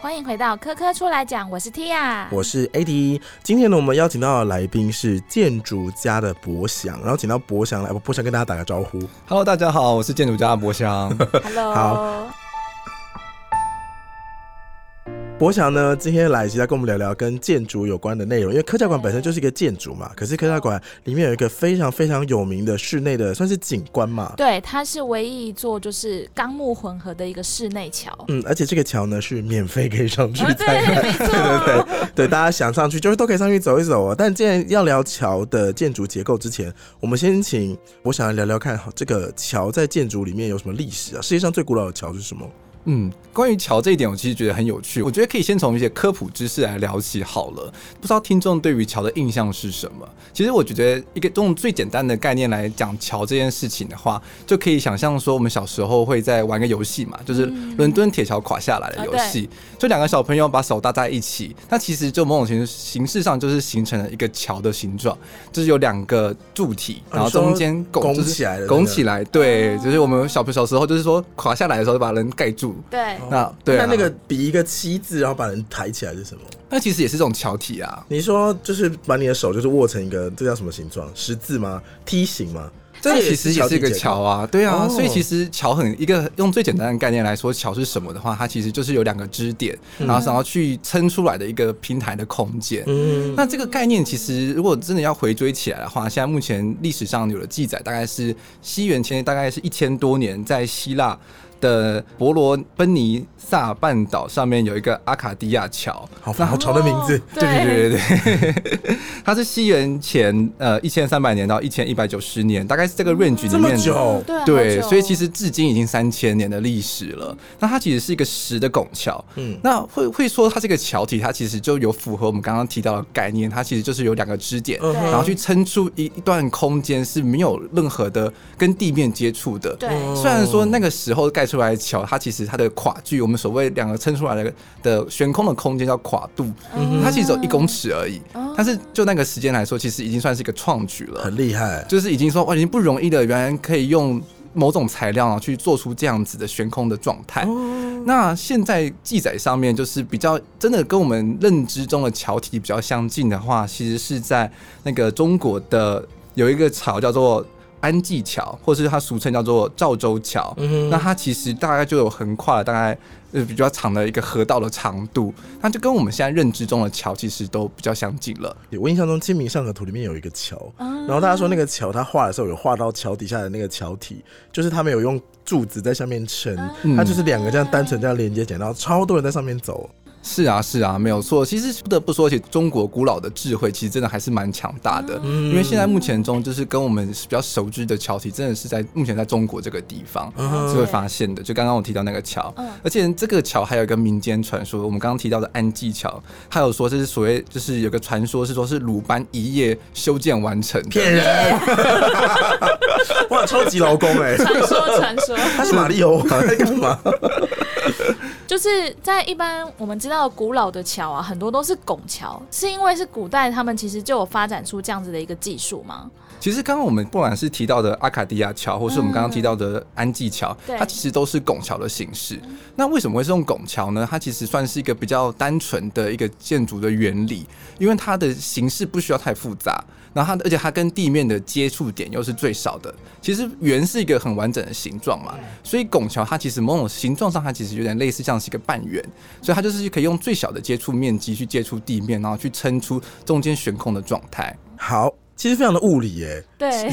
欢迎回到科科出来讲，我是 Tia，我是 AD。今天呢，我们邀请到的来宾是建筑家的博翔，然后请到博翔来，呃博翔跟大家打个招呼。 Hello，大家好，我是建筑家博翔。 Hello，好博翔呢，今天来其实要跟我们聊聊跟建筑有关的内容，因为科教馆本身就是一个建筑嘛，可是科教馆里面有一个非常非常有名的室内的，算是景观嘛。对，它是唯一一座就是钢木混合的一个室内桥。嗯，而且这个桥呢是免费可以上嗯去啊 对，参观，没错，对对对，大家想上去就是都可以上去走一走哦。但既然要聊桥的建筑结构之前，我们先请我想来聊聊看，好这个桥在建筑里面有什么历史啊？世界上最古老的桥是什么？嗯，关于桥这一点，我其实觉得很有趣。我觉得可以先从一些科普知识来聊起好了。不知道听众对于桥的印象是什么？其实我觉得一个用最简单的概念来讲桥这件事情的话，就可以想象说我们小时候会在玩个游戏嘛，就是伦敦铁桥垮下来的游戏，就两个小朋友把手搭在一起，那其实就某种形形式上就是形成了一个桥的形状，就是有两个柱体，啊然后你说中间拱拱就是起来了拱那个起来，对，就是我们小小时候就是说垮下来的时候就把人盖住。对，那对、啊，那那个比一个七字，然后把人抬起来是什么？那其实也是这种桥体啊，你说就是把你的手就是握成一个，这叫什么形状？十字吗？T 型吗？这这个也其实也是一桥个体结构桥啊，对啊，哦所以其实桥很一个用最简单的概念来说，桥是什么的话，它其实就是有两个支点，然后想要去撑出来的一个平台的空间。嗯，那这个概念其实，如果真的要回追起来的话，现在目前历史上有的记载，大概是西元前大概是一千多年，在希腊的伯罗奔尼撒半岛上面有一个阿卡迪亚桥，好烦，好潮哦的名字。对对对对对对， 它是西元前呃一千三百年到一千一百九十年，大概是这个 range 里这么面的。久，对哦对，好久所以其实至今已经三千年的历史了。那它其实是一个石的拱桥，嗯，那会会说它这个桥体，它其实就有符合我们刚刚提到的概念，它其实就是有两个支点，嗯对然后去撑出一一段空间是没有任何的跟地面接触的。对嗯虽然说那个时候盖出来的桥，它其实它的跨距，我们所谓两个撑出来的的悬空的空间叫跨度，嗯它其实只有一公尺而已哦。但是就那个时间来说，其实已经算是一个创举了很，厉害。就是已经说哇，已经不容易了，原来可以用某种材料啊去做出这样子的悬空的状态。那现在记载上面就是比较真的跟我们认知中的桥体比较相近的话，其实是在那个中国的有一个桥叫做安济桥，或是它俗称叫做赵州桥。嗯那它其实大概就有横跨了大概呃比较长的一个河道的长度，那就跟我们现在认知中的桥其实都比较相近了。我印象中《清明上河图》里面有一个桥，哦嗯然后大家说那个桥，他画的时候有画到桥底下的那个桥体，就是他们有用柱子在下面撑，嗯它就是两个这样单纯这样连接起来，然后超多人在上面 走。是啊，是啊，没有错。其实不得不说，其实中国古老的智慧其实真的还是蛮强大的，因为现在目前中就是跟我们比较熟知的桥体，真的是在目前在中国这个地方嗯是会发现的。就刚刚我提到那个桥嗯，而且这个桥还有一个民间传说，我们刚刚提到的安济桥，还有说这是所谓就是有个传说是说是鲁班一夜修建完成的，骗人！哇，超级劳工 哎、传说传说，他是马里欧啊，在干嘛？就是在一般我们知道古老的桥啊，很多都是拱桥，是因为是古代他们其实就有发展出这样子的一个技术吗？其实刚刚我们不管是提到的阿卡迪亚桥，或是我们刚刚提到的安济桥，对它其实都是拱桥的形式。那为什么会是用拱桥呢？它其实算是一个比较单纯的一个建筑的原理，因为它的形式不需要太复杂，然后它而且它跟地面的接触点又是最少的。其实圆是一个很完整的形状嘛，所以拱桥它其实某种形状上它其实有点类似像是一个半圆，所以它就是可以用最小的接触面积去接触地面，然后去撑出中间悬空的状态。好，其实非常的物理哎、对，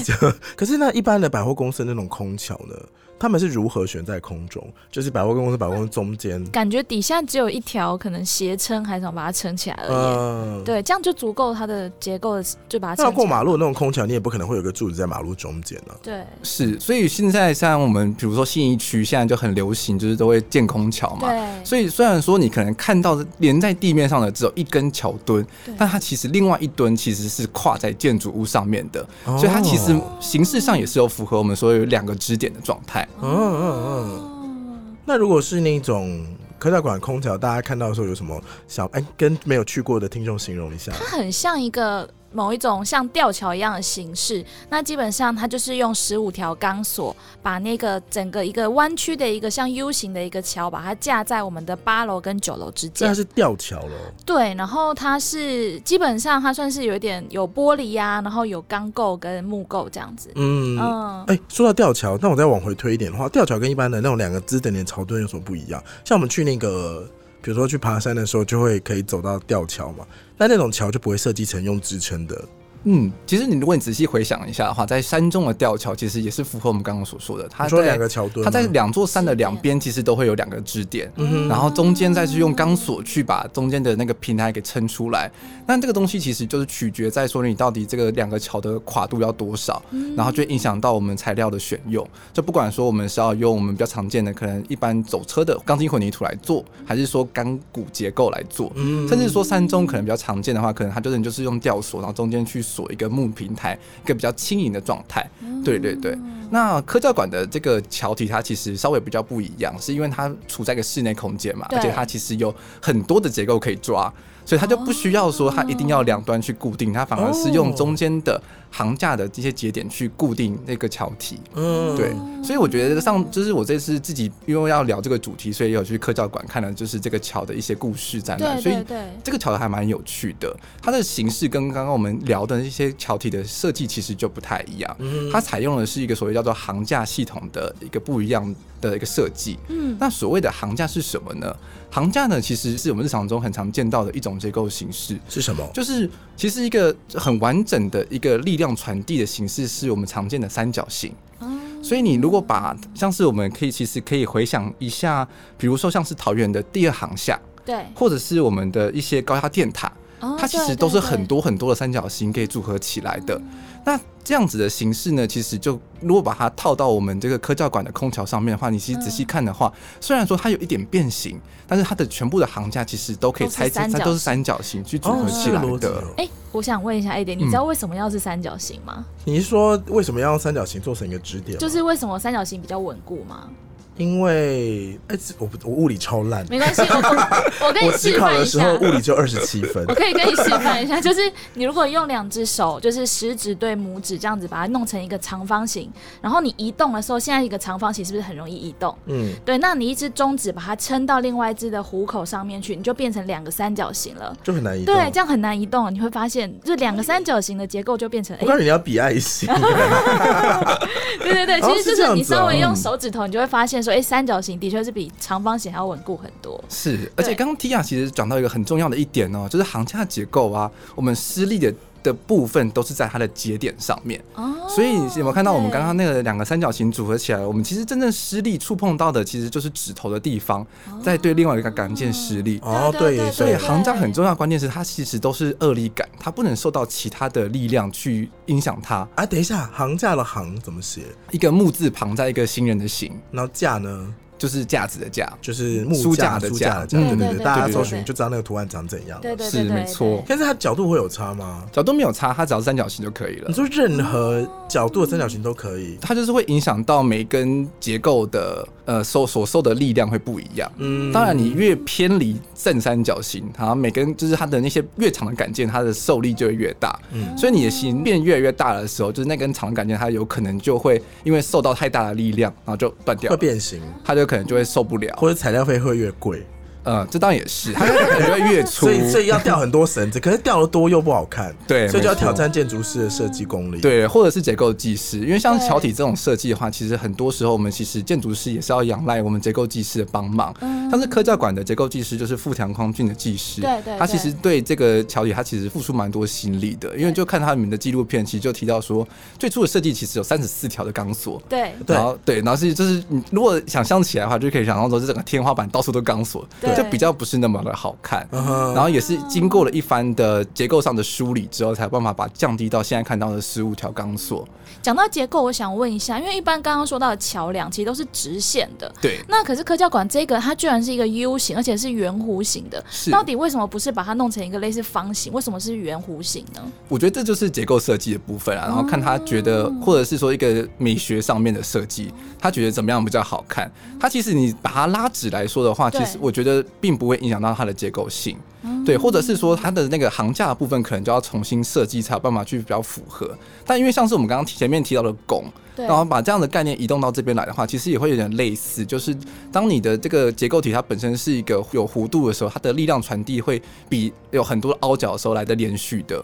可是那一般的百货公司那种空桥呢，他们是如何悬在空中？就是百货公司百货公司中间，感觉底下只有一条可能斜撑，还想把它撑起来而已。嗯、。啊对，这样就足够它的结构的，就把它那撑起过来。马路的那种空桥，你也不可能会有个柱子在马路中间呢、对是，所以现在像我们比如说信义区，现在就很流行，就是都会建空桥嘛。对，所以虽然说你可能看到连在地面上的只有一根桥墩对，但它其实另外一墩其实是跨在建筑物上面的，哦所以它其实形式上也是有符合我们说有两个支点的状态。哦嗯嗯嗯。嗯，那如果是那种科教馆空调，大家看到的时候有什么想哎、跟没有去过的听众形容一下？它很像一个某一种像吊桥一样的形式。那基本上它就是用十五条钢索把那个整个一个弯曲的一个像 U 型的一个桥，把它架在我们的八楼跟九楼之这它间。是吊桥喽。对，然后它是基本上它算是有一点有玻璃呀、然后有钢构跟木构这样子。嗯，哎、嗯，说到吊桥，那我再往回推一点的话，吊桥跟一般的那种两个支点的桥墩有什么不一样？像我们去那个，比如说去爬山的时候，就会可以走到吊桥嘛。那那种桥就不会设计成用支撑的，嗯，其实你如果你仔细回想一下的话，在山中的吊桥其实也是符合我们刚刚所说的，它你说在两个桥墩吗，啊它在两座山的两边其实都会有两个支点，嗯哼然后中间再去用钢索去把中间的那个平台给撑出来。那这个东西其实就是取决在说你到底这个两个桥的跨度要多少，嗯然后就会影响到我们材料的选用。就不管说我们是要用我们比较常见的，可能一般走车的钢筋混凝土来做，还是说钢骨结构来做，嗯甚至说山中可能比较常见的话，可能它就是就是用吊索，然后中间去锁一个木平台，一个比较轻盈的状态。对对对。嗯那科教馆的这个桥体，它其实稍微比较不一样，是因为它处在一个室内空间嘛，对而且它其实有很多的结构可以抓。所以它就不需要说它哦一定要两端去固定，它反而是用中间的行架的这些节点去固定那个桥体。嗯对，所以我觉得上就是我这次自己因为要聊这个主题，所以也有去科教馆看了就是这个桥的一些故事展览，对所以对对，这个桥还蛮有趣的。它的形式跟刚刚我们聊的一些桥体的设计其实就不太一样，它采用的是一个所谓叫做行架系统的一个不一样的一个设计。嗯，那所谓的行架是什么呢？行架呢，其实是我们日常中很常见到的一种结构形式。是什么？就是其实一个很完整的一个力量传递的形式，是我们常见的三角形。哦所以你如果把像是我们可以其实可以回想一下，比如说像是桃园的第二航厦，对，或者是我们的一些高压电塔，哦它其对实都是对很对多很多的三角形给组合起来的。那这样子的形式呢，其实就如果把它套到我们这个科教馆的空桥上面的话，你嗯其实仔细看的话，虽然说它有一点变形，但是它的全部的行架其实都可哦以都是拆解，三它角都是三角形去组合是起来逻辑的。哦哎，我想问一下 A 点，你知道为什么要是三角形吗？你是说为什么要用三角形做成一个支点吗？就是为什么三角形比较稳固吗？因为哎、这我不我物理超烂，没关系，我 我我跟你我只示考范的一时下候。物理就二十七分我。可以跟你示范一下， 就是你如果用两只手，就是食指对拇指这样子把它弄成一个长方形，然后你移动的时候，现在一个长方形是不是很容易移动？嗯，对，那你一只中指把它撑到另外一只的虎口上面去，你就变成两个三角形了。就很难移动。对，这样很难移动，你会发现这两个三角形的结构就变成，我哎、告诉你，你要比爱心。 啊对对对，哦其实是就这样是子你稍微哦用嗯手指头，你就会发现说，哎、三角形的确是比长方形还要稳固很多。是，而且对刚刚 Tia 其实讲到一个很重要的一点哦，就是行架结构啊，我们施力的的部分都是在它的节点上面。哦，所以你有没有看到我们对刚刚那个两个三角形组合起来？我们其实真正施力触碰到的其实就是指头的地方，在对另外一个杆键施力。哦，对耶，所以哦对行家很重要的关键是它其实都是恶力感，它不能受到其他的力量去影响它。啊，等一下，行价的行怎么写？一个木字旁在一个行人的行，然后架呢，就是架子的架。就是木书架、架的嗯书架架的架。嗯对对对对大家对对搜对寻就知道那个图案长怎样了。对对是对对没错对但是它角度会有差吗？角度没有差，它只要是三角形就可以了你。说任何角度的三角形都可以。它就是会影响到每根结构的呃受所受的力量会不一样。嗯当然，你越偏离正三角形，它每根就是它的那些越长的杆件，它的受力就会越大。嗯所以你的形变越来越大的时候，就是那根长的杆件，它有可能就会因为受到太大的力量，然后就断掉会，变形，它就可能就会受不了。 或者材料费会越贵，嗯，这当然也是，它它可能就会越粗所。以所以要吊很多绳子，可是吊的多又不好看。 对所以就要没错挑战建筑师的设计功力。，对，或者是结构技师，因为像对桥体这种设计的话，其实很多时候我们其实建筑师也是要仰赖我们结构技师的帮忙。像是科教馆的结构技师就是富强匡俊的技师，对对他其对实对这个桥体他其实付出蛮多心力的，因为就看他们的纪录片，其实就提到说，最初的设计其实有三十四条的钢索。对对然后对，然后是就是你如果想象起来的话，就可以想象说这整个天花板到处都钢索，对就比较不是那么的好看。嗯哼然后也是经过了一番的结构上的梳理之后，才有办法把降低到现在看到的十五条钢索。讲到结构，我想问一下，因为一般刚刚说到的桥梁其实都是直线的，对，那可是科教馆这个它居然是一个 U 型，而且是圆弧形的，是到底为什么不是把它弄成一个类似方形？为什么是圆弧形呢？我觉得这就是结构设计的部分啊。然后看他觉得，或者是说一个美学上面的设计，他觉得怎么样比较好看。他其实你把它拉直来说的话，对其实我觉得并不会影响到它的结构性。对，或者是说它的那个行架的部分可能就要重新设计，才有办法去比较符合。但因为像是我们刚刚前面提到的拱，对，然后把这样的概念移动到这边来的话，其实也会有点类似，就是当你的这个结构体它本身是一个有弧度的时候，它的力量传递会比有很多凹角的时候来的连续的。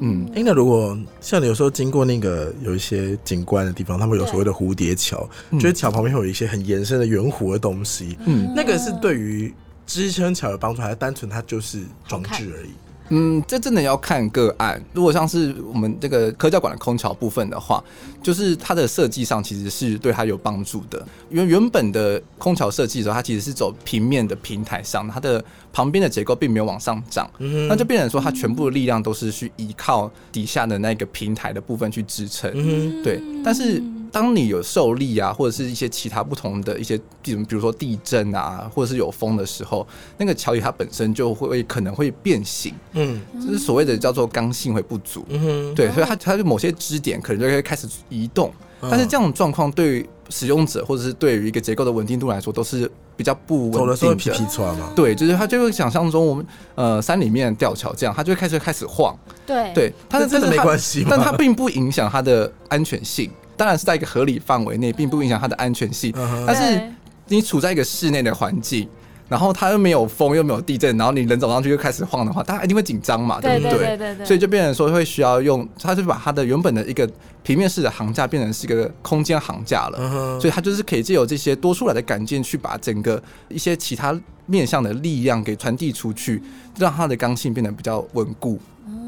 嗯，哎、那如果像你有时候经过那个有一些景观的地方，他们有对所谓的蝴蝶桥，嗯就是桥旁边会有一些很延伸的圆弧的东西，嗯那个是对于支撑桥有帮助，还是单纯它就是装置而已？嗯，这真的要看个案。如果像是我们这个科教馆的空桥部分的话，就是它的设计上其实是对它有帮助的。因为原本的空桥设计的时候，它其实是走平面的平台上，它的旁边的结构并没有往上涨，嗯那就变成说它全部的力量都是去依靠底下的那个平台的部分去支撑。嗯对，但是当你有受力啊，或者是一些其他不同的一些，比如比如说地震啊，或者是有风的时候，那个桥体它本身就会可能会变形，哼嗯就是所谓的叫做刚性会不足。嗯哼，对，所以它它就某些支点可能就会开始移动，嗯但是这样的状况对于使用者或者是对于一个结构的稳定度来说都是比较不走稳的时候定会皮的。皮抓嘛。对，就是它就会想象中我们呃山里面吊桥这样，它就会开始开始晃。对，对，但是那真的但是它没关系吗但它并不影响它的安全性。当然是在一个合理范围内，并不影响它的安全性。嗯哼但是对你处在一个室内的环境，然后它又没有风，又没有地震，然后你人走上去就开始晃的话，大家一定会紧张嘛，对不对对对对，嗯所以就变成说会需要用，它就把它的原本的一个平面式的行架变成是一个空间行架了，嗯哼，所以它就是可以借由这些多出来的感件去把整个一些其他面向的力量给传递出去，让它的刚性变得比较稳固。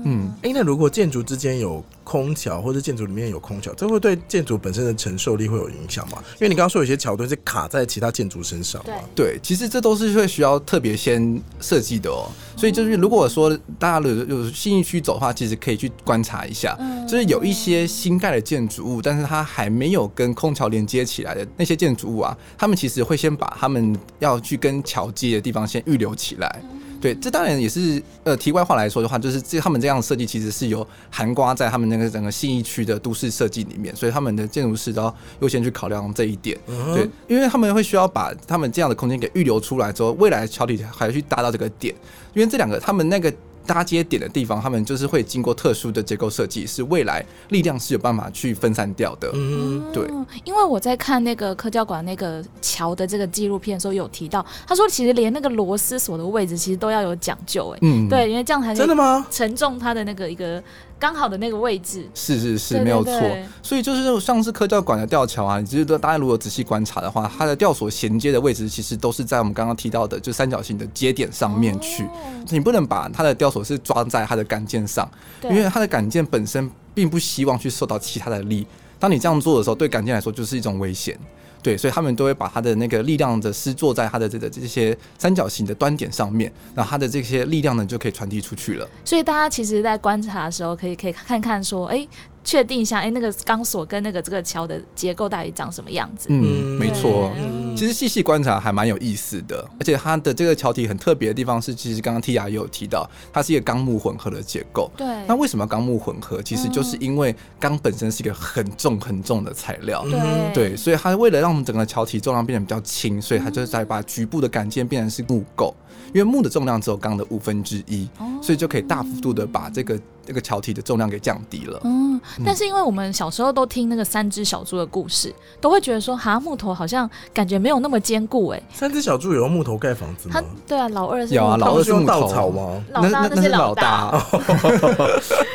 嗯，哎、那如果建筑之间有空桥，或者建筑里面有空桥，这会对建筑本身的承受力会有影响吗？因为你刚刚说有些桥墩是卡在其他建筑身上对嘛。对，其实这都是会需要特别先设计的哦。所以就是如果说大家有有信义区走的话，其实可以去观察一下，嗯就是有一些新盖的建筑物，但是它还没有跟空桥连接起来的那些建筑物啊，他们其实会先把他们要去跟桥接的地方先预留起来。对，这当然也是呃，题外话来说的话，就是这他们这样的设计其实是有含瓜在他们那个整个信义区的都市设计里面，所以他们的建筑师都要优先去考量这一点。嗯对，因为他们会需要把他们这样的空间给预留出来之后，未来桥体还去搭到这个点，因为这两个他们那个。搭接点的地方，他们就是会经过特殊的结构设计，是未来力量是有办法去分散掉的。嗯嗯对，因为我在看那个科教馆那个桥的这个纪录片的时候有提到，他说其实连那个螺丝锁的位置其实都要有讲究，哎、嗯，，对，因为这样才哼，能真的吗？承重它的那个一个刚好的那个位置。是是是，对对没有错对。所以就是像是科教馆的吊桥啊，其实大家如果仔细观察的话，它的吊索衔接的位置其实都是在我们刚刚提到的就三角形的接点上面去。哦你不能把它的吊索是装在它的杆件上，对因为它的杆件本身并不希望去受到其他的力。当你这样做的时候，对杆件来说就是一种危险。对，所以他们都会把它的那个力量的施作在它的这个这些三角形的端点上面，然后它的这些力量呢就可以传递出去了。所以大家其实，在观察的时候，可以可以看看说，哎，确定一下，哎，那个钢索跟那个这个桥的结构到底长什么样子？嗯，嗯没错。哦嗯其实细细观察还蛮有意思的，而且它的这个桥体很特别的地方是，其实刚刚 T R 也有提到，它是一个钢木混合的结构。对嗯那为什么钢木混合？其实就是因为钢本身是一个很重很重的材料，嗯对，所以它为了让整个桥体重量变得比较轻，所以它嗯就是在把局部的杆件变成是木构，因为木的重量只有钢的五分之一，哦所以就可以大幅度的把这个这个桥体的重量给降低了。嗯，但是因为我们小时候都听那个三只小猪的故事，都会觉得说，哈，木头好像感觉没有那么坚固哎、三只小猪有用木头盖房子他吗？对啊，老二是有啊木头他老二们哦是是用木头稻草 吗？老大那是是老大，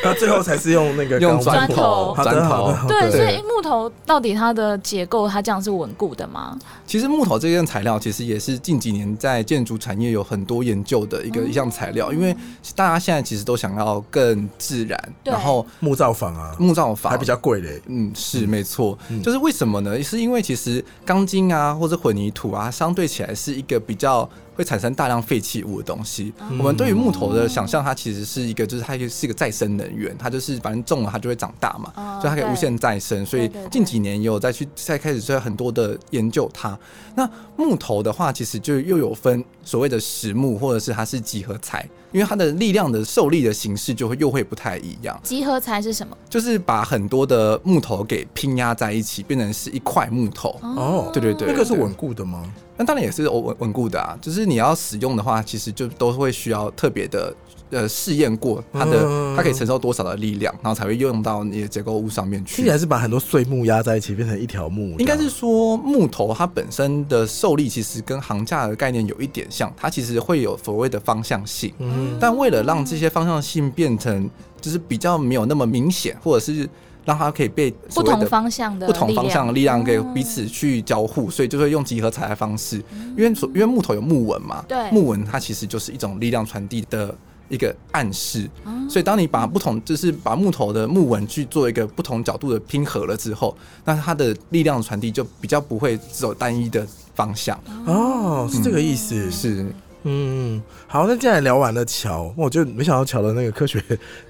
那最后才是用那个用钢砖木头，好的砖好头的，好对，的。所以木哦头到底它的结构，它这样是稳固的吗？其实木头这件材料，其实也是近几年在建筑产业有很多研究的一哦个一项材料，因为大家现在其实都想要更自然，对然后木造房啊，木造法还比较贵嘞。嗯，是没错，嗯就是为什么呢？是因为其实钢筋啊，或者混凝土啊，相对起来是一个比较会产生大量废弃物的东西。哦我们对于木头的想象，它其实是一个，就是它是一个再生能源，它就是反正种了它就会长大嘛，哦所以它可以无限再生。所以对对对近几年也有再去再开始在很多的研究它。那木头的话，其实就又有分所谓的实木，或者是它是集合材，因为它的力量的受力的形式就会又会不太一样。集合材是什么？就是把很多的木头给拼压在一起，变成是一块木头。哦，对对对，那个是对稳，固的吗？那当然也是稳稳固的啊。就是你要使用的话，其实就都会需要特别的呃试验过它的、嗯它可以承受多少的力量，然后才会用到你的结构物上面听起去来。是啊把很多碎木压在一起，变成一条木。应该是说木头它本身的受力其实跟行架的概念有一点像，它其实会有所谓的方向性。嗯但为了让这些方向性变成就是比较没有那么明显，或者是让它可以被不所谓同的方向的不同方向的力量给嗯彼此去交互，所以就会用集合材的方式，因为所因为木头有木纹嘛，对，木纹它其实就是一种力量传递的。一个暗示，所以当你把不同，就是把木头的木纹去做一个不同角度的拼合了之后，那它的力量传递就比较不会只有单一的方向。哦，是这个意思。是，嗯，好，那既然聊完了桥，我就没想到桥的那个科学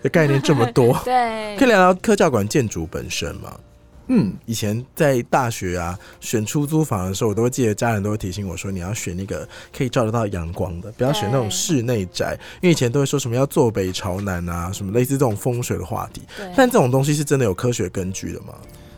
的概念这么多对可以，聊聊科教馆建筑本身嘛？嗯，以前在大学啊选出租房的时候，我都会记得家人都会提醒我说，你要选那个可以照得到阳光的，不要选那种对室内宅，因为以前都会说什么要坐北朝南啊，什么类似这种风水的话题。对但这种东西是真的有科学根据的吗？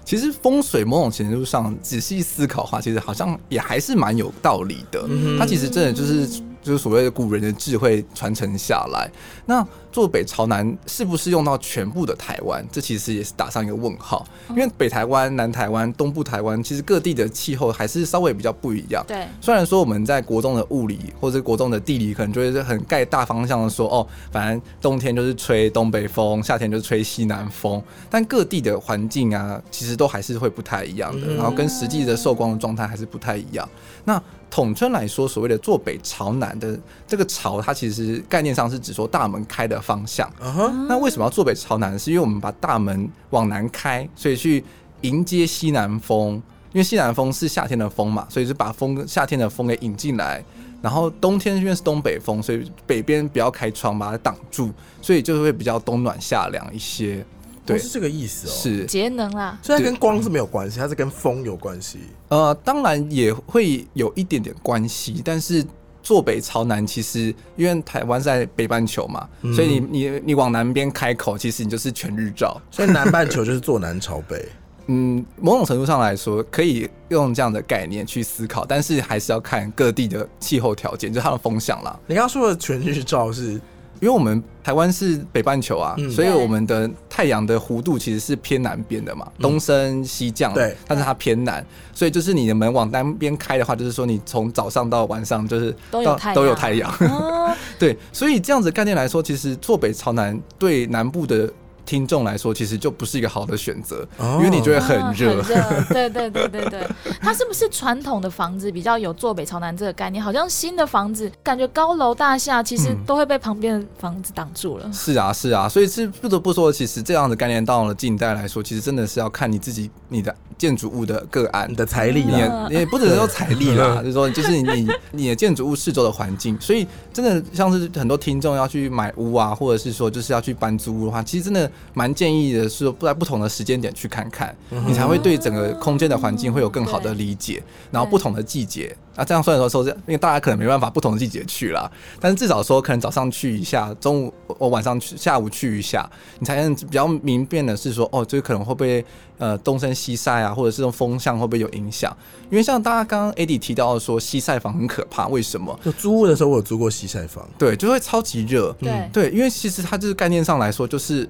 其实风水某种程度上仔细思考的话，其实好像也还是蛮有道理的。它其实真的就是就是所谓的古人的智慧传承下来。那坐北朝南是不是用到全部的台湾？这其实也是打上一个问号，因为北台湾、南台湾、东部台湾，其实各地的气候还是稍微比较不一样。对虽然说我们在国中的物理或者国中的地理，可能就会是很盖大方向的说，哦，反正冬天就是吹东北风，夏天就是吹西南风，但各地的环境啊，其实都还是会不太一样的，然后跟实际的受光的状态还是不太一样。那统称来说，所谓的坐北朝南的这个“朝”，它其实概念上是指说大门开的方向。啊哈，那为什么要坐北朝南？是因为我们把大门往南开，所以去迎接西南风。因为西南风是夏天的风嘛，所以是把风夏天的风给引进来。然后冬天因为是东北风，所以北边不要开窗把它挡住，所以就会比较冬暖夏凉一些。对，哦是这个意思哦。，是节能啊啦，虽然跟光是没有关系，它是跟风有关系。呃，当然也会有一点点关系，但是坐北朝南，其实因为台湾在北半球嘛，所以你你你往南边开口，其实你就是全日照。所以南半球就是坐南朝北。嗯，某种程度上来说，可以用这样的概念去思考，但是还是要看各地的气候条件，就是它的风向啦。你刚刚说的全日照是因为我们台湾是北半球啊，嗯所以我们的太阳的弧度其实是偏南边的嘛，东升西降，嗯对但是它偏南，所以就是你的门往南边开的话，就是说你从早上到晚上就是都有到太阳都有太阳， 哦，对，所以这样子概念来说，其实坐北朝南对南部的听众来说，其实就不是一个好的选择，哦因为你就会很啊热。很热，对对对对对。 它是不是传统的房子比较有坐北朝南这个概念？好像新的房子，感觉高楼大厦其实嗯都会被旁边的房子挡住了。是啊，是啊，所以是不得不说，其实这样的概念到了近代来说，其实真的是要看你自己你的建筑物的个案你。的财力你啦， 的也不只是说财力啦，嗯就是说，就是你你的建筑物四周的环境，所以真的像是很多听众要去买屋啊，或者是说就是要去搬租屋的话，其实真的蛮建议的是不在不同的时间点去看看，你才会对整个空间的环境会有更好的理解，然后不同的季节。啊，这样算的时候是，因为大家可能没办法不同的季节去啦，但是至少说可能早上去一下，中午我晚上去，下午去一下，你才能比较明辨的是说，哦，这可能会不会呃东升西晒啊，或者是这种风向会不会有影响？因为像大家刚刚 AD 提到的说西晒房很可怕，为什么？就租屋的时候我有租过西晒房，对，就会超级热。对对，因为其实它就是概念上来说，就是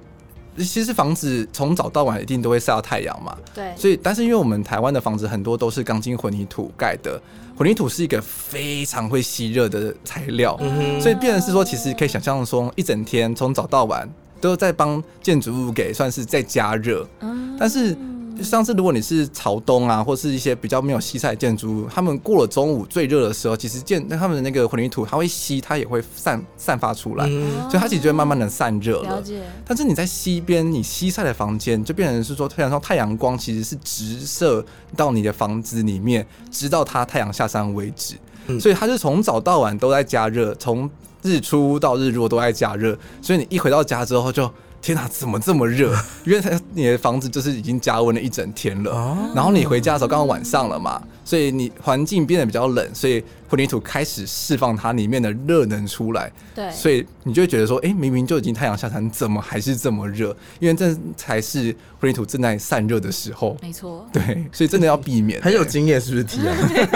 其实房子从早到晚一定都会晒到太阳嘛，对，所以，但是因为我们台湾的房子很多都是钢筋混凝土盖的，混凝土是一个非常会吸热的材料，所以变成是说，其实可以想象说，一整天从早到晚都在帮建筑物给算是在加热。嗯但是上次如果你是朝东啊，或是一些比较没有西晒的建筑物，他们过了中午最热的时候，其实建那他们的那个混凝土它会吸，它也会散散发出来，嗯，所以它其实就会慢慢的散热哦了了。解，但是你在西边，你西晒的房间就变成是说，太阳说太阳光其实是直射到你的房子里面，直到它太阳下山为止。嗯所以它是从早到晚都在加热，从日出到日落都在加热。所以你一回到家之后就天哪、怎么这么 热？因为它你的房子就是已经加温了一整天了。哦然后你回家的时候刚好晚上了嘛，所以你环境变得比较冷，所以混凝土开始释放它里面的热能出来，对，所以你就会觉得说，哎、明明就已经太阳下山，怎么还是这么热？因为这才是混凝土正在散热的时候。，没错对，所以真的要避免、很有经验，是不是 T 啊？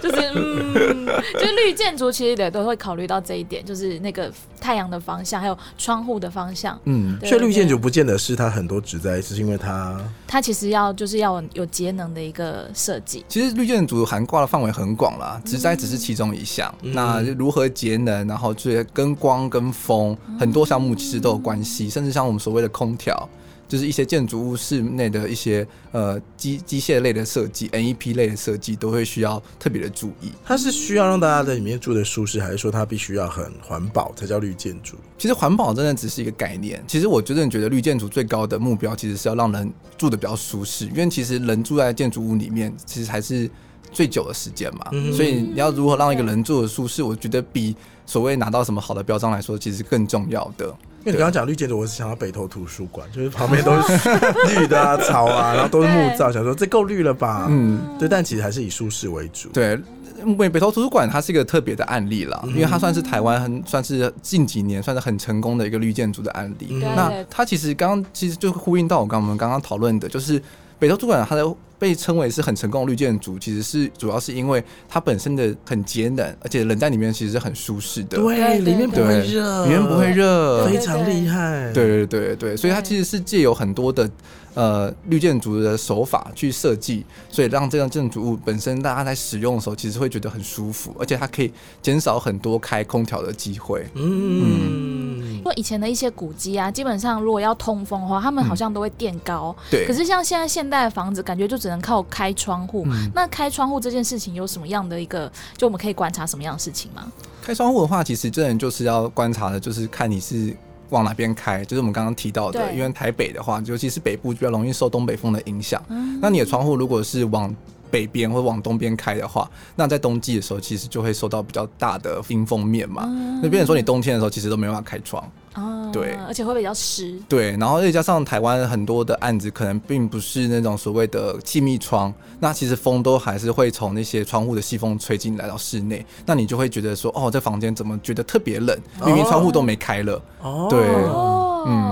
就是嗯，就是绿建筑其实也都会考虑到这一点，就是那个太阳的方向，还有窗户的方向。嗯，对所以绿建，对筑不见得是它很多植栽，只是因为它它其实要就是要有节能的一个设计。其实绿建筑涵盖的范围很广啦，植栽只是其中一项。嗯那如何节能，然后这跟光跟风很多项目其实都有关系，甚至像我们所谓的空调，就是一些建筑物室内的一些呃机机械类的设计、NEP 类的设计都会需要特别的注意。它是需要让大家在里面住的舒适，还是说它必须要很环保才叫绿建筑？其实环保真的只是一个概念。其实我真正觉得绿建筑最高的目标其实是要让人住的比较舒适，因为其实人住在建筑物里面，其实还是最久的时间嘛。嗯所以你要如何让一个人住的舒适，我觉得比所谓拿到什么好的标章来说，其实更重要的。因为你刚刚讲绿建筑，我是想到北投图书馆，就是旁边都是 绿的啊、草啊，然后都是木造，想说这够绿了吧？嗯，对，但其实还是以舒适为主。，对。嗯北北投图书馆它是一个特别的案例啦，嗯因为它算是台湾很算是近几年算是很成功的一个绿建筑的案例。嗯对那它其实刚刚其实就呼应到我刚我们刚刚讨论的，就是北投主管它的被称为是很成功的绿建筑，其实是主要是因为它本身的很节能，而且人在里面其实是很舒适的，对对，里面不会对热，里面不会热对非。常厉害。对对对对对，所以它对其实是借有很多的呃绿建筑的手法去设计，所以让这样建筑物本身大家在使用的时候，其实会觉得很舒服，而且它可以减少很多开空调的机会。嗯因，为以前的一些古迹啊，基本上如果要通风的话，他们好像都会垫高。嗯对，可是像现在现代的房子，感觉就只能靠开窗户。嗯那开窗户这件事情有什么样的一个，就我们可以观察什么样的事情吗？开窗户的话，其实真的就是要观察的，就是看你是往哪边开，就是我们刚刚提到的，对因为台北的话，尤其是北部比较容易受东北风的影响。嗯那你的窗户如果是往北边或往东边开的话，那在冬季的时候，其实就会受到比较大的阴风面嘛。嗯那变成说你冬天的时候，其实都没办法开窗。啊对而且会比较湿。对，然后再加上台湾很多的案子，可能并不是那种所谓的气密窗，那其实风都还是会从那些窗户的细风吹进来到室内，那你就会觉得说，哦，这房间怎么觉得特别冷，明明窗户都没开了，哦对哦，嗯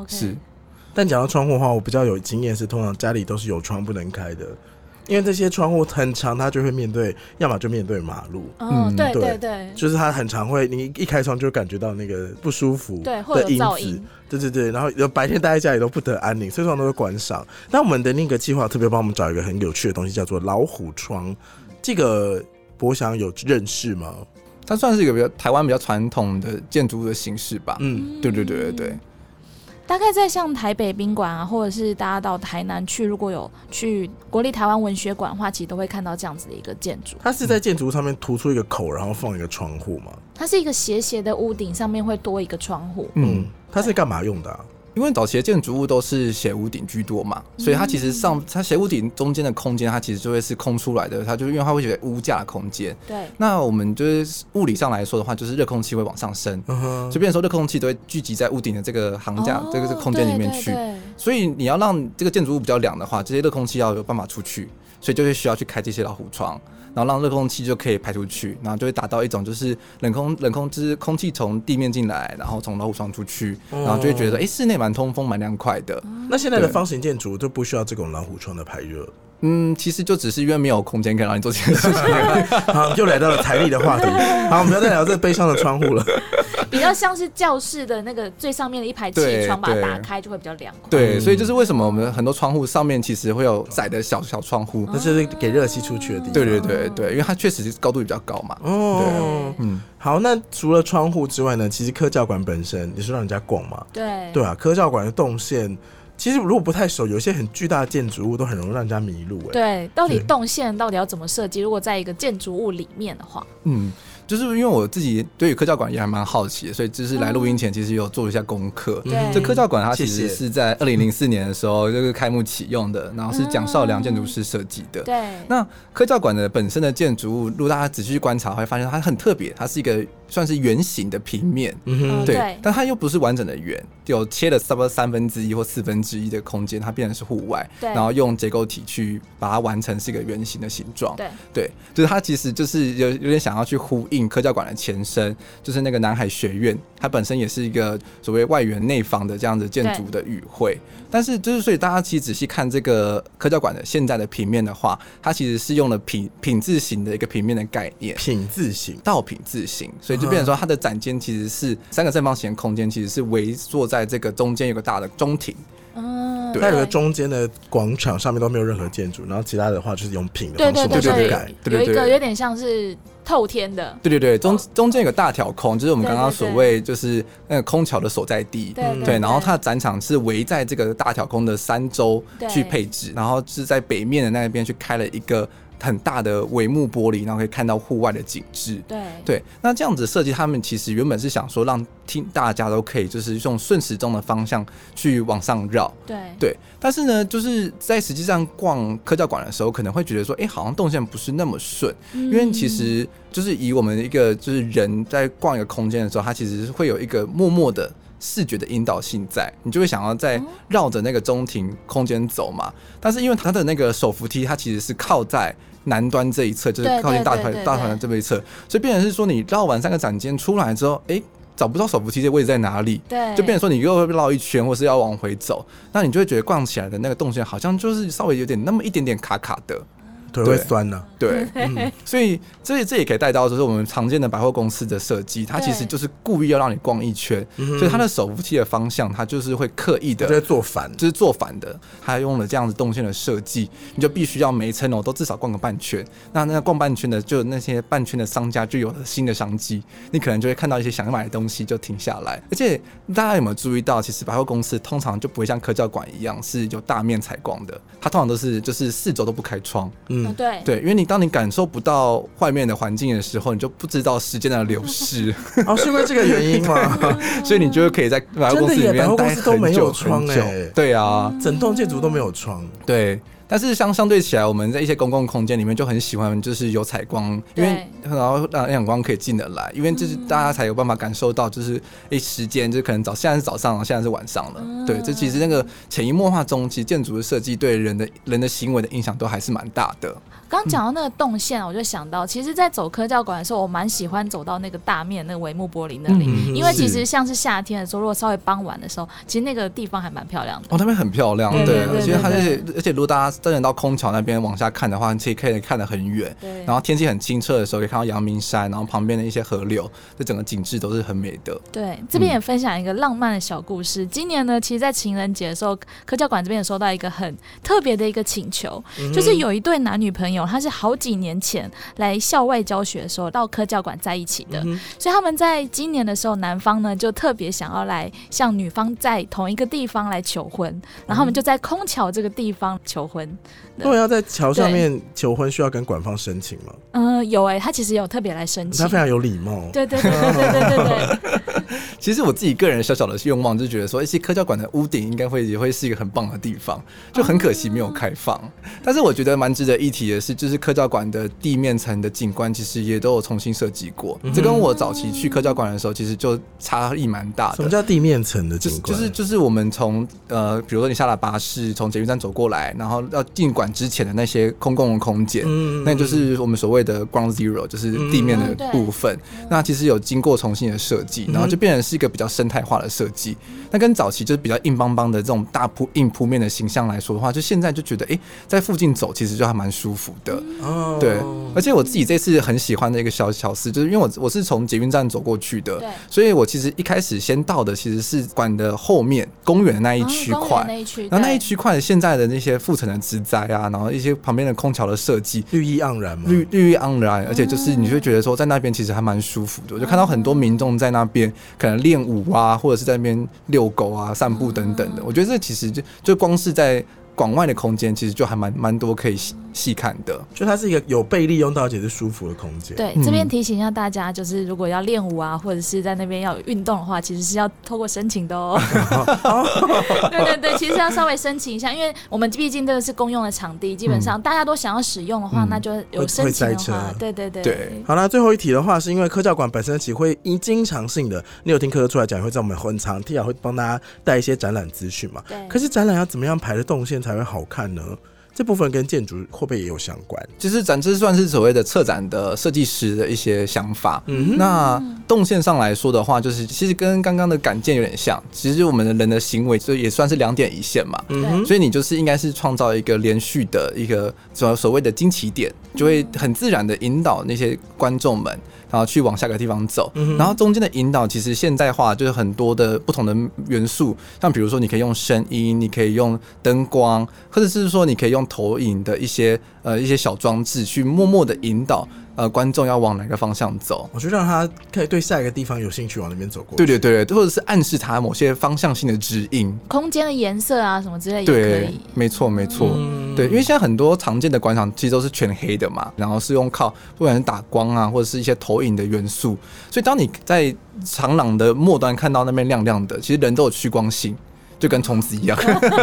o k 是，但讲到窗户的话，我比较有经验是，通常家里都是有窗不能开的，因为这些窗户很长，它就会面对，要么就面对马路，嗯，嗯对对对对，就是它很常会，你一开窗就感觉到那个不舒服对会有的因噪子音，对对对，然后有白天待在家里都不得安宁，所以通常都会关上。那我们的那个计划特别帮我们找一个很有趣的东西，叫做老虎窗，这个博翔有认识吗？它算是一个比较台湾比较传统的建筑物的形式吧。嗯，对对对对对，大概在像台北宾馆啊，或者是大家到台南去，如果有去国立台湾文学馆的话，其实都会看到这样子的一个建筑。它是在建筑物上面突出一个口，然后放一个窗户嘛。它是一个斜斜的屋顶，上面会多一个窗户。嗯嗯，，它是干嘛用的啊、因为早期的建筑物都是斜屋顶居多嘛，所以它其实嗯上它斜屋顶中间的空间，它其实就会是空出来的，它就是因为它会有屋架的空间。对，那我们就是物理上来说的话，就是热空气会往上升，嗯哼所以变成说热空气都会聚集在屋顶的这个行架、这个这个空间里面去。哦对对对所以你要让这个建筑物比较凉的话，这些热空气要有办法出去，所以就会需要去开这些老虎窗，然后让热空气就可以排出去，然后就会达到一种就是冷空冷空之空气从地面进来，然后从老虎窗出去，嗯然后就会觉得哎、诶室内蛮通风蛮凉快的。哦那现在的对方形建筑就不需要这种老虎窗的排热。 嗯，其实就只是因为没有空间可以让你做这件事情。好，又来到了财力的话 题。好，我们不要再聊这悲伤的窗户 了。比较像是教室的那个最上面的一排气对窗，把它对打开就会比较凉快。对，嗯所以就是为什么我们很多窗户上面其实会有窄的小小窗户。那就是给热气出去的地方。对对对对，因为它确实是高度比较高嘛。哦，嗯，好，那除了窗户之外呢？其实科教馆本身，你说让人家逛嘛？对对啊，科教馆的动线，其实如果不太熟，有一些很巨大的建筑物都很容易让人家迷路、哎，对到底对动线到底要怎么设计？如果在一个建筑物里面的话，嗯，就是因为我自己对于科教馆也还蛮好奇的，所以就是来录音前其实有做一下功课。对这科教馆它其谢实谢是在二零零四年的时候就是开幕启用的，然后是蒋少良建筑师设计的。对，那科教馆的本身的建筑物，如果大家仔细去观察，会发现它很特别，它是一个算是圆形的平面，嗯嗯哼，对对，但它又不是完整的圆，有切了差不多三分之一或四分之一的空间，它变成是户外，对然后用结构体去把它完成是一个圆形的形状。对，对，就是它其实就是有有点想要去呼应科教馆的前身，就是那个南海学院，它本身也是一个所谓外圆内方的这样子建筑的语汇。嗯但是就是所以大家其实仔细看这个科教馆的现在的平面的话，它其实是用了品品字形的一个平面的概念。品字形，倒品字形，所以就变成说它的展间其实是三个正方形的空间，其实是围坐在这个中间有个大的中庭，嗯，对它有个中间的广场，上面都没有任何建筑，然后其他的话就是用品的对方对式对往上对盖。对有对一个对有点像是透天的，对对对，中中间有个大挑空，就是我们刚刚对对对所谓就是那个空桥的所在地，对嗯对，然后它的展场是围在这个大挑空的三周对去配置，然后是在北面的那边去开了一个很大的帷幕玻璃，然后可以看到户外的景致。对对，那这样子设计，他们其实原本是想说让听大家都可以就是用顺时钟的方向去往上绕，对对，但是呢，就是在实际上逛科教馆的时候，可能会觉得说，哎、好像动线不是那么顺，因为嗯其实就是以我们一个就是人在逛一个空间的时候，它其实是会有一个默默的。视觉的引导性在，你就会想要在哦绕着那个中庭空间走嘛。但是因为它的那个手扶梯，它其实是靠在南端这一侧，就是对靠近对大对团对大对团的这么一侧，所以变成是说你绕完三个展间出来之后，哎、找不到手扶梯的位置在哪里，对，就变成说你又会绕一圈，或是要往回走，那你就会觉得逛起来的那个动线好像就是稍微有点那么一点点卡卡的，腿会对酸呢、对，嗯所以这这也可以带到就是我们常见的百货公司的设计，它其实对就是故意要让你逛一圈，所以它的手扶梯的方向，它就是会刻意它的就会做反。就是做反的，他用了这样子动线的设计，你就必须要每一层楼都至少逛个半圈。那那逛半圈的，就那些半圈的商家就有了新的商机，你可能就会看到一些想买的东西就停下来。而且大家有没有注意到，其实百货公司通常就不会像科教馆一样是有大面采光的，它通常都是就是四周都不开窗。嗯嗯，对对，因为你当你感受不到外面的环境的时候，你就不知道时间的 流逝， 哦，是因为这个原因吗？ 所以你就可以在百货公司真的耶里百货公面待司都没很有久窗很久欸。对啊。 整栋建筑都没有窗，对，但是相相对起来，我们在一些公共空间里面就很喜欢，就是有采光，因为然后让阳光可以进得来，因为就是嗯大家才有办法感受到，就是诶、时间，就是可能早现在是早上了，现在是晚上了，嗯对，这其实那个潜移默化中，其实建筑的设计对人的人的行为的影响都还是蛮大的。刚讲到那个动线啊，我就想到，其实，在走科教馆的时候，我蛮喜欢走到那个大面那个帷幕玻璃那里，嗯因为是其实像是夏天的时候，如果稍微傍晚的时候，其实那个地方还蛮漂亮的。哦，那边很漂亮，对对，对而对且它而对且而且，如果大家真的到空桥那边往下看的话，其实可以看得很远，对，然后天气很清澈的时候，可以看到阳明山，然后旁边的一些河流，这整个景致都是很美的。对，这边也分享一个浪漫的小故事。今年呢，其实，在情人节的时候，科教馆这边也收到一个很特别的一个请求，嗯嗯就是有一对男女朋友，他是好几年前来校外教学的时候到科教馆在一起的，嗯所以他们在今年的时候，男方呢就特别想要来向女方在同一个地方来求婚，然后他们就在空桥这个地方求婚。如果要在桥上面求婚，需要跟管方申请吗？嗯、有哎、他其实有特别来申请哦他非。常有礼貌。对对对对对对对对。其实我自己个人小小的愿望，就觉得说，一些科教馆的屋顶应该会也会是一个很棒的地方，就很可惜没有开放。嗯但是我觉得蛮值得一提的是，就是科教馆的地面层的景观，其实也都有重新设计过。嗯这跟我早期去科教馆的时候，其实就差异蛮大什么的。叫地面层的就是景观？就是就是我们从呃，比如说你下了巴士，从捷运站走过来，然后要进馆之前的那些公共的空间，嗯那就是我们所谓的 ground zero，就是地面嗯的对部分。那其实有经过重新的设计，然后就变成是一个比较生态化的设计。那跟早期就是比较硬邦邦的这种大铺硬铺面的形象来说的话，就现在就觉得，哎、在附近走其实就还蛮舒服的。嗯哦对，而且我自己这次很喜欢的一个小巧思，就是因为我我是从捷运站走过去的对，所以我其实一开始先到的其实是馆的后面公园的 那一哦区公园块。那一区，然后那对一区块现在的那些附层的植栽啊，然后一些旁边的空桥的设计，绿意盎然嘛。绿绿意盎然，而且就是嗯你就会觉得说在那边其实还蛮舒服的，我就看到很多民众在那边可能嗯练舞啊，或者是在那边遛狗啊、散步等等的。我觉得这其实就就光是在广外的空间其实就还蛮蛮多可以细细看的。就它是一个有被利用到而且是舒服的空间。嗯对，这边提醒一下大家，就是如果要练舞啊，或者是在那边要有运动的话，其实是要透过申请的哦。对对对，其实要稍微申请一下，因为我们毕竟这个是公用的场地，基本上大家都想要使用的话，嗯那就会有申请会塞的车话，对对对对好啦，最后一题的话，是因为科教馆本身其实会因经常性的，你有听科科出来讲，也会在我们很常听啊，会帮大家带一些展览资讯嘛。对可是展览要怎么样排的动线才会好看呢？这部分跟建筑会不会也有相关？就是展这算是所谓的策展的设计师的一些想法。嗯哼，那动线上来说的话，就是其实跟刚刚的感见有点像，其实我们的人的行为就也算是两点一线嘛。嗯哼，所以你就是应该是创造一个连续的一个所所谓的惊奇点，嗯就会很自然的引导那些观众们，然后去往下个地方走。嗯哼然后中间的引导其实现代化就是很多的不同的元素，像比如说你可以用声音，你可以用灯光，或者是说你可以用投影的一些呃一些小装置去默默的引导呃观众要往哪个方向走。我就让他可以对下一个地方有兴趣，往那边走过去。对对对对，或者是暗示他某些方向性的指引。空间的颜色啊什么之类也可对以。，没错没错。嗯对，因为现在很多常见的广场其实都是全黑的嘛，然后是用靠不管是打光啊，或者是一些投影的元素，所以当你在长廊的末端看到那边亮亮的，其实人都有趋光性，就跟虫子一样，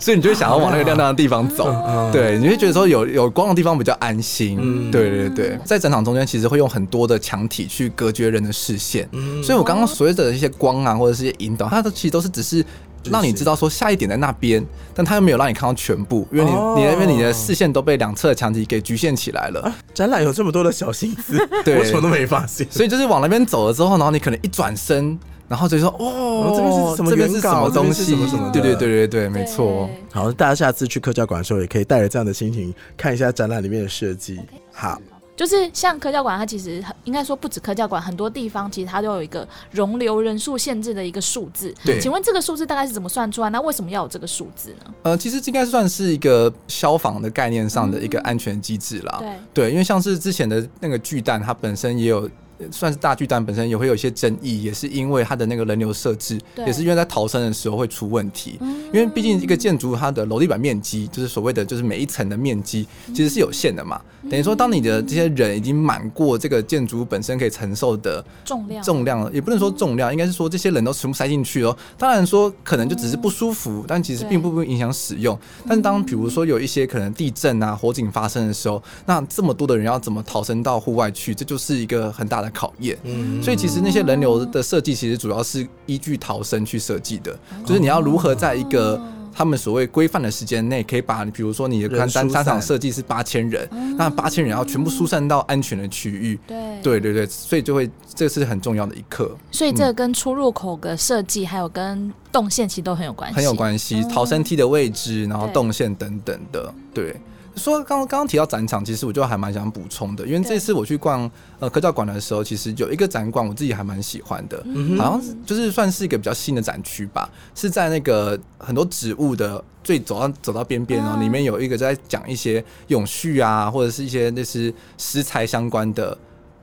所以你就会想要往那个亮亮的地方走。嗯，对，你会觉得说有有光的地方比较安心。嗯对对对，在展场中间其实会用很多的墙体去隔绝人的视线，嗯所以我刚刚所谓的一些光啊，或者是一些引导，它都其实都是只是。让你知道说下一点在那边，但它又没有让你看到全部，因为你、哦啊你因为你的视线都被两侧的墙体给局限起来了，展览有这么多的小心思， 对我什么都没发现。所以就是往那边走了之后，然后你可能一转身，然后就说哦哦，这边是什么这边原是稿什么东西，这边是什么什么的对对对对对，没对错。好，大家下次去科教馆的时候，也可以带着这样的心情看一下展览里面的设计。好，就是像科教馆，它其实很应该说不止科教馆，很多地方其实它都有一个容留人数限制的一个数字。对请问这个数字大概是怎么算出来？那为什么要有这个数字呢？呃，其实这应该算是一个消防的概念上的一个安全机制啦。嗯对，对，因为像是之前的那个巨蛋，它本身也有。呃算是大巨蛋本身也会有一些争议，也是因为它的那个人流设置，对也是因为在逃生的时候会出问题。嗯因为毕竟一个建筑它的楼地板面积，就是所谓的就是每一层的面积嗯其实是有限的嘛。等于说，当你的这些人已经满过这个建筑本身可以承受的重量重量，也不能说重量，应该是说这些人都全部塞进去哦。当然说可能就只是不舒服，但其实并不会影响使用。但当比如说有一些可能地震啊、火警发生的时候，那这么多的人要怎么逃生到户外去，这就是一个很大的考验。嗯，所以其实那些人流的设计，其实主要是依据逃生去设计的，就是你要如何在一个他们所谓规范的时间内，可以把比如说你的人看单疏单场散设计是八千人，那八千人要全部疏散到安全的区域。对对嗯对对，所以就会这是很重要的一课，所以这个跟出入口的设计，还有跟动线其实都很有嗯关系，很有关系。逃生梯的位置，然后对动线等等的，对。说刚刚刚提到展场，其实我就还蛮想补充的，因为对这次我去逛呃科教馆的时候，其实有一个展馆我自己还蛮喜欢的，嗯好像是就是算是一个比较新的展区吧，是在那个很多植物的最走到走到边边哦，嗯里面有一个在讲一些永续啊，或者是一些那是食材相关的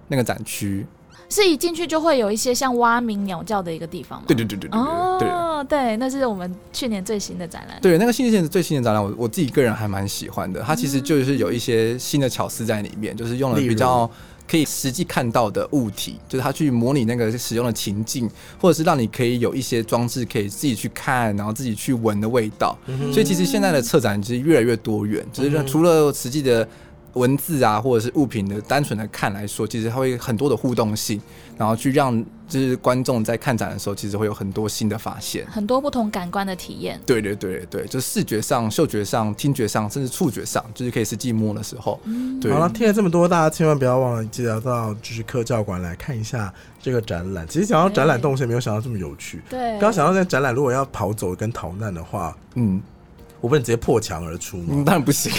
那个展区。是一进去就会有一些像蛙鸣鸟叫的一个地方嘛。对对对对对对对。哦，对，那是我们去年最新的展览。对，那个新的线最新的展览，我我自己个人还蛮喜欢的。它其实就是有一些新的巧思在里面，就是用了例如比较可以实际看到的物体，就是它去模拟那个使用的情境，或者是让你可以有一些装置可以自己去看，然后自己去闻的味道。嗯所以其实现在的策展其实越来越多元，就是让除了实际的。文字啊，或者是物品的单纯的看来说，其实它会有很多的互动性，然后去让就是观众在看展的时候，其实会有很多新的发现。很多不同感官的体验，对对对对，就视觉上、嗅觉上、听觉上，甚至触觉上，就是可以实际摸的时候，嗯对好了，听了这么多，大家千万不要忘了记得到就是科教馆来看一下这个展览。其实讲到展览动线，没有想到这么有趣。嗯对，刚刚想到在展览，如果要跑走跟逃难的话，嗯，我不能直接破墙而出吗嗯？当然 不行，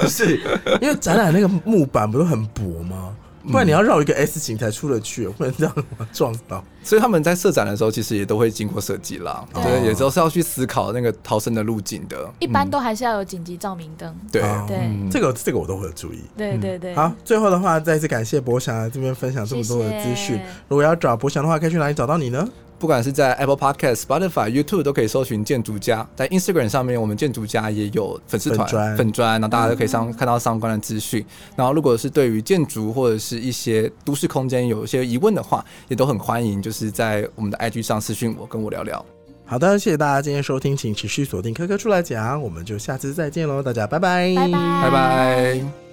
不是，因为展览那个木板不都很薄吗？不然你要绕一个 S 型才出得去，我不能让我撞到。所以他们在设展的时候，其实也都会经过设计啦，哦对，也都是要去思考那个逃生的路径的，嗯一般都还是要有紧急照明灯。对，嗯哦对嗯这个这个我都会有注意。对对对，好，最后的话，再次感谢博翔来这边分享这么多的资讯谢谢。如果要找博翔的话，可以去哪里找到你呢？不管是在 Apple Podcast、Spotify、YouTube 都可以搜寻建筑家，在 Instagram 上面我们建筑家也有粉丝粉专团、粉砖，然后大家都可以上看到相关的资讯。然后如果是对于建筑或者是一些都市空间有一些疑问的话，也都很欢迎，就是在我们的 IG 上私讯我，跟我聊聊。好的，谢谢大家今天收听，请持续锁定科科出来讲，我们就下次再见喽，大家拜拜，拜拜，拜拜。